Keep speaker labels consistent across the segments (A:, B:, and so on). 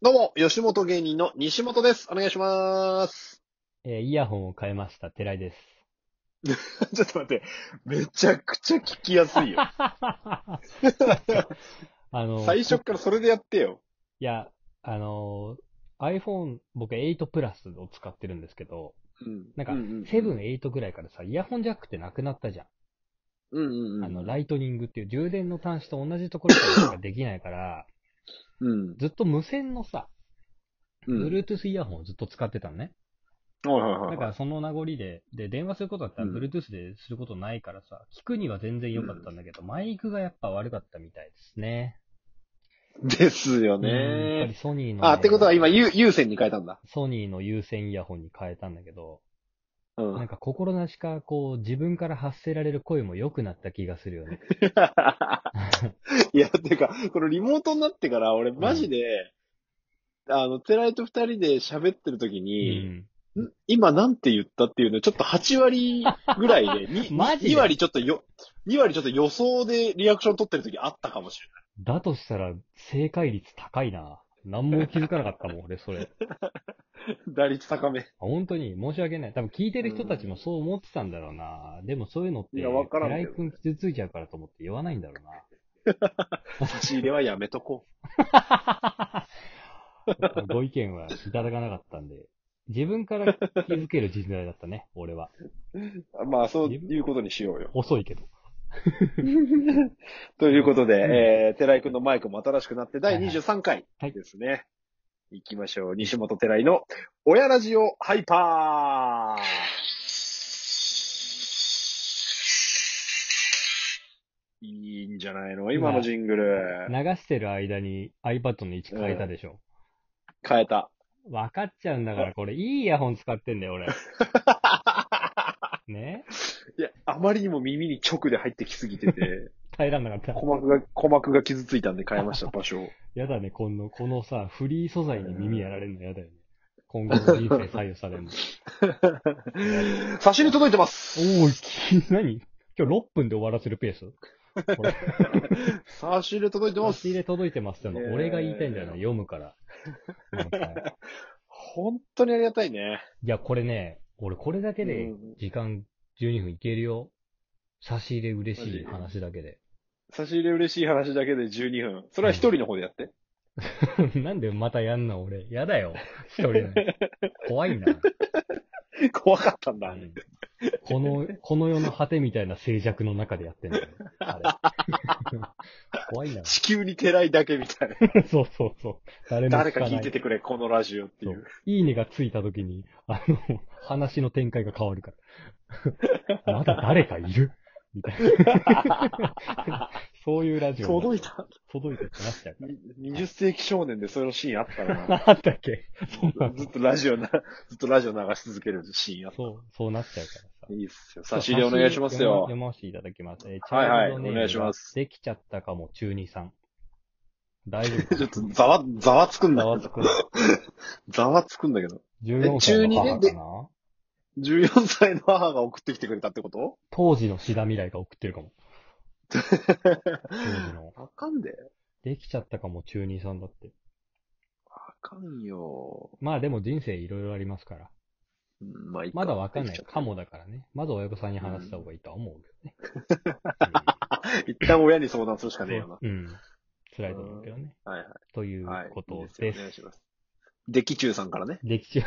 A: どうも、吉本芸人の西本です。お願いします。
B: えーイヤホンを変えました、寺井です。
A: ちょっと待って、めちゃくちゃ聞きやすいよ。
B: あの、
A: 最初からそれでやってよ。
B: いや、あの、iPhone、僕8プラスを使ってるんですけど、なんか、セブン、
A: ン。
B: エイトぐらいからさ、イヤホンジャックってなくなったじゃん。
A: うんうんうん。
B: あの、ライトニングっていう充電の端子と同じところからしかできないから、
A: うん。
B: ずっと無線のさ、
A: うん。
B: Bluetooth イヤホンをずっと使ってたのね。
A: はいはいは
B: だ
A: い
B: か
A: はい。
B: らその名残で、で、電話することだったら
A: うん
B: Bluetooth ですることないからさ、聞くには全然良かったんだけど、マイクがやっぱ悪かったみたいですね。
A: ですよ
B: うんやっぱ
A: ね
B: り。ソニーのね、
A: あ、ってことは今、ゆ優先に変えたんだ。
B: ソニーの有線イヤホンに変えたんだけど、
A: う
B: なん
A: ん。
B: か心なしか、こう、自分から発せられる声も良くなった気がするよね。
A: いや、てか、このリモートになってから、俺マジで、あの、寺井と二人で喋ってる時
B: う
A: に、
B: ん。
A: ん今なんて言ったっていうの、ちょっと8割ぐら いで、に
B: マジで
A: 2割ちょっとよ、2割ちょっと予想でリアクション取ってる時あったかもしれない。
B: だとしたら、正解率高いな。何も気づかなかったもん、俺、それ。
A: 打率高め。
B: 本当に、申し訳ない。多分聞いてる人たちもそう思ってたんだろうな。でもそういうのって、
A: いやわからんけ
B: 寺
A: ど
B: 井くん傷ついちゃうからと思って言わないんだろうな。
A: 差し入れはやめとこ
B: ご意見はいただかなかったんで、自分から気づける人材だったね、俺は。
A: う。まあ、そういうことにしようよ。
B: 遅いけど。
A: ということで、えー、寺井くんのマイクも新しくなって、第
B: はいはい
A: 23回
B: はい
A: ですね。行きましょう。西本寺井の親ラジオハイパーいいんじゃないの今のジングル。
B: 流してる間に iPad の位置変えたでしょ。
A: 変えた。
B: 分かっちゃうんだから、これ、いいイヤホン使ってんだ よ、俺。ね
A: いや、あまりにも耳に直で入ってきすぎてて、
B: 耐えらんなかった。
A: 鼓膜が、鼓膜が傷ついたんで変えました、場 所を。
B: やだね、この、このさ、フリー素材に耳やられるのやだよね。今後の人生左右される の。
A: 差し入れ届いてます
B: おおい、き、何今日6分で終わらせるペースこ れ、
A: 差し入れ届いてま
B: 差
A: す
B: し入れ届いてますっての
A: えー
B: 俺が言いたいんだよな、読む から。なんか
A: 本当にありがたいね。
B: いや、これね、俺これだけ
A: う
B: で
A: ん
B: 時間12分いけるよ。差し入れ嬉しい話だけで。
A: 差し入れ嬉しい話だけで12分。それは一人の方でやって。
B: なんでまたやんの俺。やだよ。一人 で。怖いな。
A: 怖かったんだ。
B: うんこの、この世の果てみたいな静寂の中でやってんだよ。あれ 怖いな。
A: 地球に寺いだけみたいな。
B: そうそうそう。誰も
A: 誰
B: 聞
A: か
B: かない。
A: 聞いててくれ、このラジオっていう。
B: いいねがついた時に、あの、話の展開が変わるから。 まだ誰かいるみたいな。 そういうラジオ。
A: 届い。た。
B: 届いてってなっちゃう か
A: に20世紀少年でそのシーンあった
B: ら。
A: な。
B: なったっけそんなの
A: ずっとラジオな、ずっとラジオ流し続けるシーンあっ
B: そう、そうなっちゃうからさ
A: た。。いいっすよ。差し入れお願いします
B: 読
A: よ。
B: ませていただきます。えー
A: はいはい
B: チャイルドネーム
A: お願いします
B: できちゃったかも、中二さ ん。大丈
A: ちょ
B: 夫
A: っとざわ、ざわつくんだ
B: ざ。わつく。
A: ざわつくんだけど。
B: 14歳の母かな
A: 14歳の母が送ってきてくれたってこと
B: 当時の志田未来が送ってるかも。当時の。
A: あかんで。
B: できちゃったかも、中二さんだって。
A: あかんよ。
B: まあでも人生いろいろありますから。
A: うんまあ、いい
B: まだわかん
A: で
B: ない
A: きちゃった
B: かもだからね。まず親御さんに話した方がいいとは思うけどね。
A: 一旦親に相談す るしか
B: うん
A: ねえよ
B: うん。辛いと思うけどね。
A: な。はい
B: という
A: はい。はい。
B: こと
A: いいすよ
B: で
A: お願い
B: す。
A: します。デキチュウさんからね。
B: できちゃ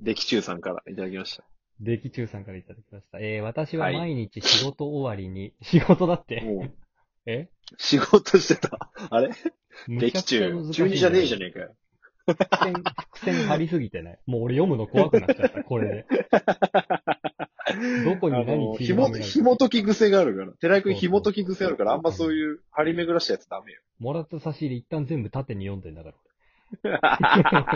A: デキチュウさんからいただきました。
B: デキチュウさんからいただきました。えー、私
A: は
B: はい毎日仕事終わりに、 仕事だって、
A: もう、
B: え
A: 仕事してた。あれ
B: め
A: デキ
B: ちゃくち
A: チ
B: ゃ
A: ュ
B: 難
A: ウ。
B: しいん
A: 中
B: だよ。
A: 二じゃねえじゃねえかよ。
B: 伏線、伏線張りすぎてね。もう俺読むの怖くなっちゃった、これで。どこ
A: あ
B: に何
A: の、
B: ちり
A: 紐、
B: ばめられて
A: 紐解き癖があるから。寺井くん紐解き癖あるから、あんまそういう張り巡らしたやつダメよ。
B: もらった差し入れ一旦全部縦に読んでん だから。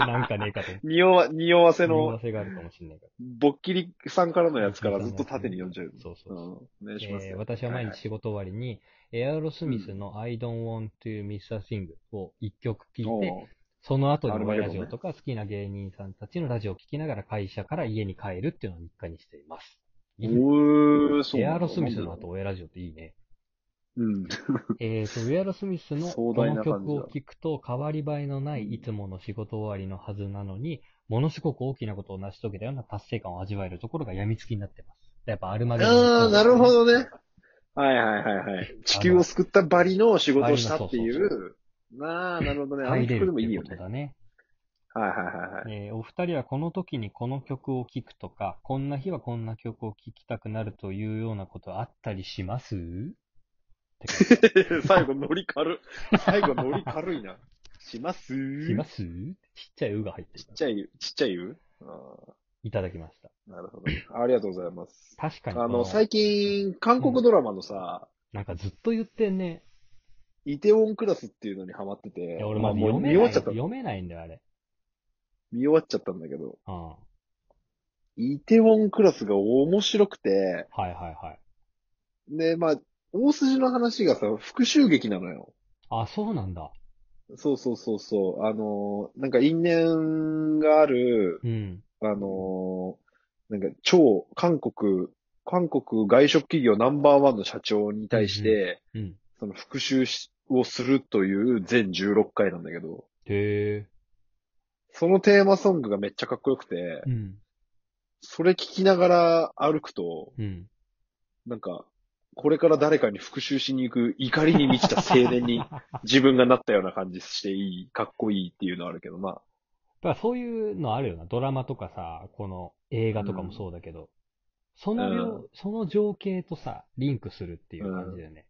B: 俺なんかねえかと思って。
A: 匂わ、匂わせ
B: 匂
A: の
B: わ、せがあるかもしれないから。
A: ぼっきりさんからのやつからずっと縦に読んじゃう。。
B: そうそううそ
A: お
B: うん
A: 願いします
B: えー
A: よ。
B: 私は毎
A: はい
B: 日仕事終わりに、エアロスミスの I don't want to miss a thing を一曲聴いて、
A: おう
B: その後に
A: な
B: 親
A: るほどね
B: ラジオとか好きな芸人さんたちのラジオを聞きながら会社から家に帰るっていうのを日課にしています。いいね
A: おー、そう
B: エ
A: なんだ。
B: アロスミスの後親ラジオっていいね。
A: うん。
B: えーと、ウェアロスミスの
A: 壮
B: こ
A: 大
B: の
A: な感じだ
B: 曲を聴くと変わり映えのないいつもの仕事終わりのはずなのに、ものすごく大きなことを成し遂げたような達成感を味わえるところが病みつきになってます。やっぱアルマゲドンに
A: ああ、なるほ
B: そう
A: どね。はいはいはいはい。地球を救ったバリの仕事をしたってい
B: あの
A: う。なあ、なるほどね。あの
B: 入
A: 曲
B: れる
A: で
B: っ
A: も
B: て
A: いい
B: い
A: よ
B: うこと
A: ね。
B: だね。
A: はいはいはい はい。
B: えーお二人はこの時にこの曲を聴くとか、こんな日はこんな曲を聴きたくなるというようなことあったりしますってこ
A: 最後、ノリ軽い。最後、ノリ軽いな。します
B: とし ますちっちゃい「う」が入って
A: ち
B: る
A: っちゃい、ちっちゃい言うあ
B: いただきました。
A: あ、なるほど。ありがとうございます。
B: 確かにこ
A: あの、最近、韓国ドラマのさ、
B: なんかずっと言ってんね。
A: イテウォンクラスっていうのにハマってて、
B: いや、俺まだ
A: も
B: 読
A: う
B: め
A: 見終
B: な
A: わ
B: い。
A: っちゃった、見
B: 読めないんだよ、あれ。
A: 終わっちゃったんだけど、
B: うん。は
A: イテウォンクラスが面白くて、
B: いはいはい。
A: で、まあ、大筋の話がさ、復讐劇なのよ。
B: あ、そうなんだ。
A: そうそうそうそう。あのーなんか因縁がある、
B: うん。
A: あのーなんか超韓国、韓国外食企業ナンバーワンの社長に対して、
B: うん。
A: その復讐しをするという全16回なんだけど、
B: へえ。
A: そのテーマソングがめっちゃかっこよくて
B: う、ん。
A: それ聞きながら歩くと、
B: うん。
A: なんか、これから誰かに復讐しに行く怒りに満ちた青年 に自分がなったような感じしていい、かっこいいっていうのはあるけど、まあ。
B: だからそういうのあるよな。ドラマとかさ、この映画とかもそうだけど、そのよ、
A: う
B: その情景とさ、リンクするっていう感じだよね。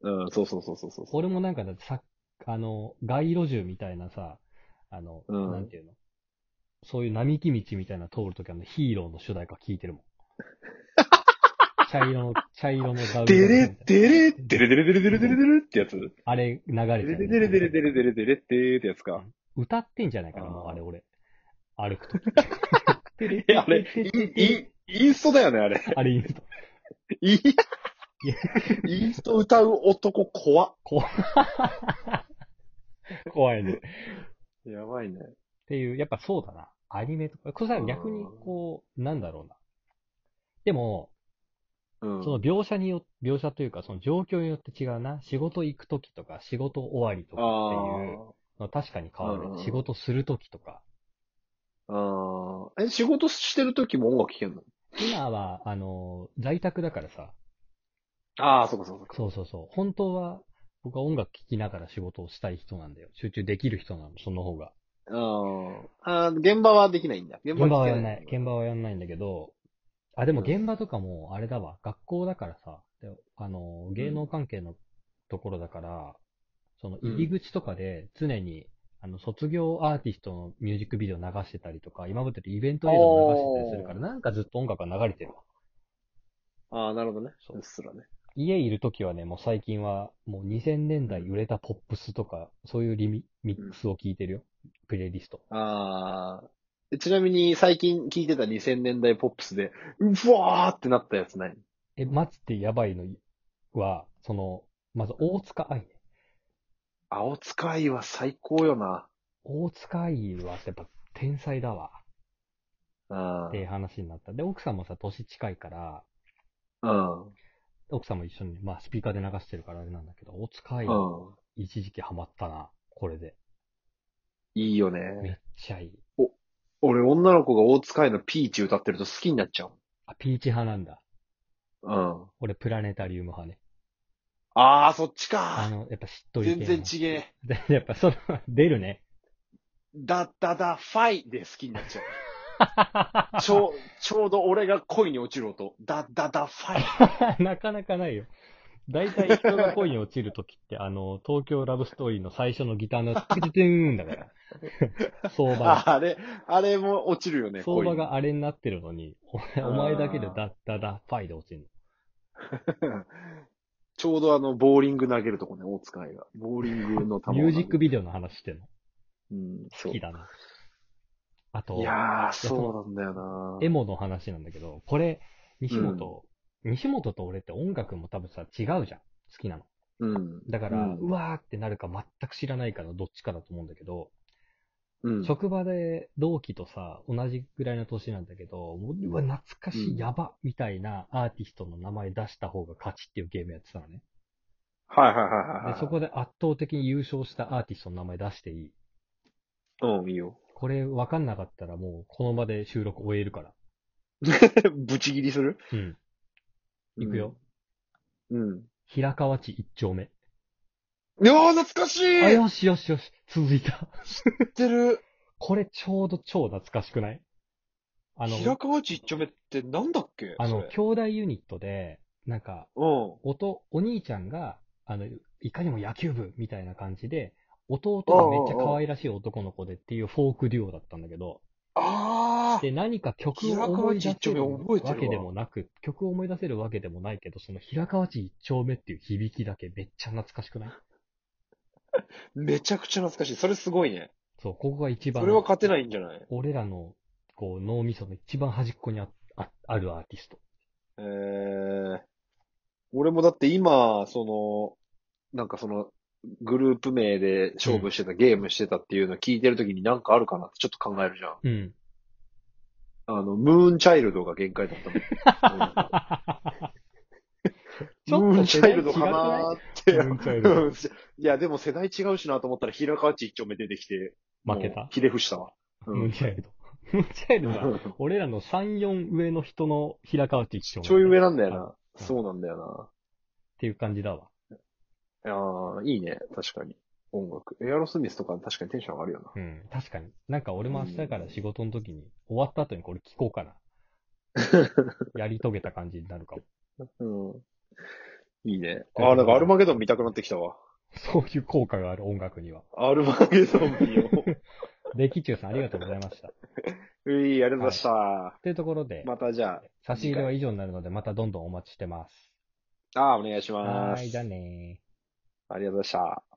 A: うん、そうそうそうそうそうそう。
B: 俺もなんかだってさ、あの、街路樹みたいなさ、あの、
A: うん
B: なんていうのそういう並木道みたいなの通るときあのヒーローの主題歌聞いてるもん。茶色の、茶色のダウンロードみた
A: デ
B: い
A: レ、
B: な
A: デレ、デレデレデレデレデレデレってやつデ
B: あれ流れて
A: レ
B: る
A: デレデレデレデレデレデレってーってやつか。
B: 歌ってんじゃないかな、も
A: あー
B: うあれ俺。歩くとき。
A: え、あれ、イン、イン、インストだよね、あれ。
B: あれ言うと。
A: いや、インスト歌う男怖っ
B: 怖い。怖いね。っ
A: やばいね。
B: ていう、やっぱそうだな。アニメとか。これさ、
A: うん
B: 逆にこう、なんだろうな。でも、
A: うん。
B: その描写によ、描写というか、その状況によって違うな。仕事行くときとか、仕事終わりと
A: あ
B: かっていう
A: ー
B: のは確かに変わ
A: うん
B: る。仕事するときとか。
A: あー。え、仕事してる時も音楽聴けんの
B: 今は、あの、在宅だからさ、
A: ああ、そうかそうか。
B: そうそうそう。本当は、僕は音楽聴きながら仕事をしたい人なんだよ。集中できる人なの、その方が。
A: ああー、現場はできないんだ。現
B: 現場
A: 場は
B: は
A: で
B: や
A: き
B: んない。現場はやんないんだけど、あ、でも現場とかも、あれだわ、学校だからさ、であの、芸能関係のところだから、その入り口とかで常に、あの、卒業アーティストのミュージックビデオ流してたりとか、今までのイベント映像を流してたりするから、
A: お
B: なんかずっと音楽が流れてるわ。
A: ああ、なるほどね。
B: そうう
A: っすらね。
B: 家いるときはね、もう最近は、もう2000年代売れたポップスとか、そういうリミミックスを聞いてるよ。プレイリスト。
A: ああ。えちなみに最近聴いてた2000年代ポップスで、うわーってなったやつない
B: え、待つってやばいのは、その、まず大塚愛ね。
A: 青塚愛は最高よな。
B: 大塚愛はやっぱ天才だわ。
A: あ
B: っていう話になった。で、奥さんもさ、年近いから、
A: あ。
B: 奥さんも一緒に、まあスピーカーで流してるからあれなんだけど、大塚愛
A: う、ん。うん。
B: 一時期ハマったな。これで。
A: いいよ
B: めっ
A: ね。
B: ちゃいい。
A: 俺、女の子が大塚愛のピーチ歌ってると好きになっちゃう
B: あ、ピーチ派なんだ。
A: もん。うん。
B: 俺、プラネタリウム派ね。
A: ああ、そっち
B: あ
A: か。
B: の、やっぱしっとり系
A: 全
B: の。
A: 然ちげえ。
B: で、 やっぱその、出るね。
A: だっただファイで好きになっちゃう。ちょう、ちょうど俺が恋に落ちる音。だだだファイ。
B: なかなかないよ。大体人が恋に落ちるときって、あの、東京ラブストーリーの最初のギターの、テテテーンだから。相 場。
A: ああれ、あれも落ちるよね、
B: 相場
A: 恋に
B: があれになってるのに、お前お前だけでダッダダファイで落ちるの。
A: ちょうどあの、ボーリング投げるとこね、大塚愛が。ボーリングの球を投げる。
B: ミュージックビデオの話してんの。
A: うん、そ
B: 好
A: う。
B: き
A: い
B: だな。あと、
A: やー、そうなんだよな
B: エモの話なんだけど、これ、西本、西本と俺って音楽も多分さ、違うじゃん。好きなの。
A: うん。
B: だから、
A: うん
B: うわーってなるか全く知らないかのどっちかだと思うんだけど、
A: うん。
B: 職場で同期とさ、同じぐらいの年なんだけど、もううわ、懐かし
A: うん
B: い、やば、みたいなアーティストの名前出した方が勝ちっていうゲームやってたのね。
A: はいはいはいはい。
B: で、そこで圧倒的に優勝したアーティストの名前出していい。
A: うん、いいよ。
B: これ分かんなかったらもうこの場で収録終えるから。
A: ぶち切りする
B: うん。いくよ。。
A: うん。
B: 平川地一丁目。
A: いやー、懐かし
B: あ、
A: い知っ
B: よしよしよし。続いた。
A: てる。
B: これちょうど超懐かしくないあの、
A: 平川内一丁目ってなんだっけ
B: あ
A: そ
B: の、
A: れ
B: 兄弟ユニットで、なんか、
A: うん。
B: おと、お兄ちゃんが、あの、いかにも野球部みたいな感じで、弟がめっちゃ可愛らしい男の子でっていうフォークデュオだったんだけど、
A: あー
B: で、何か曲を思い出せるわけでもなく、曲を思い出せるわけでもないけど、その平川地一丁目っていう響きだけめっちゃ懐かしくない
A: めちゃくちゃ懐かしい。それすごいね。
B: そう、ここが一番、
A: それは勝てないんじゃない
B: 俺らの、こう、脳みその一番端っこにあああるアーティスト。
A: えー、俺もだって今、その、なんかその、グループ名で勝負してた、ゲームしてたっていうの聞いてるときになんかあるかなってちょっと考えるじゃん。
B: うん。
A: あの、ムーンチャイルドが限界だったの。
B: ちょっと
A: ムーンチャイルドか
B: 世代違くない
A: なーって。
B: ムーンチャイルド
A: うんいや、でも世代違うしなと思ったら、平川内一丁目出てきて、
B: 負け
A: もう
B: た
A: ひれ伏したわ。う
B: ムーン
A: ん。
B: チャイルド。ムーンチャイルド は、
A: ち
B: 俺らの3、4上の人の平川って一緒。
A: ょい上
B: っ
A: なんだよな。そうなんだよ
B: ていう感じだわ。
A: な。ああ、いいね。確かに。音楽。エアロスミスとか確かにテンション上がるよな。
B: うん。確かに。なんか俺も明日から仕事の時に、終わった後にこれ聞こうかな。やり遂げた感じになるかも。
A: うん。いいね。ああ、なんかアルマゲドン見たくなってきたわ。
B: そういう効果がある音楽には。
A: アルマゲドン見よ
B: で、キチューさんありがとうございました。
A: う。うい、ありがとうございました。
B: というところで、
A: またじゃ
B: 差し入れは以上になるので、またどんどんお待ちしてます。
A: あ、ああ、お願いし
B: は
A: ま
B: ー
A: す。
B: い、じゃあねー。
A: ありがとうございました。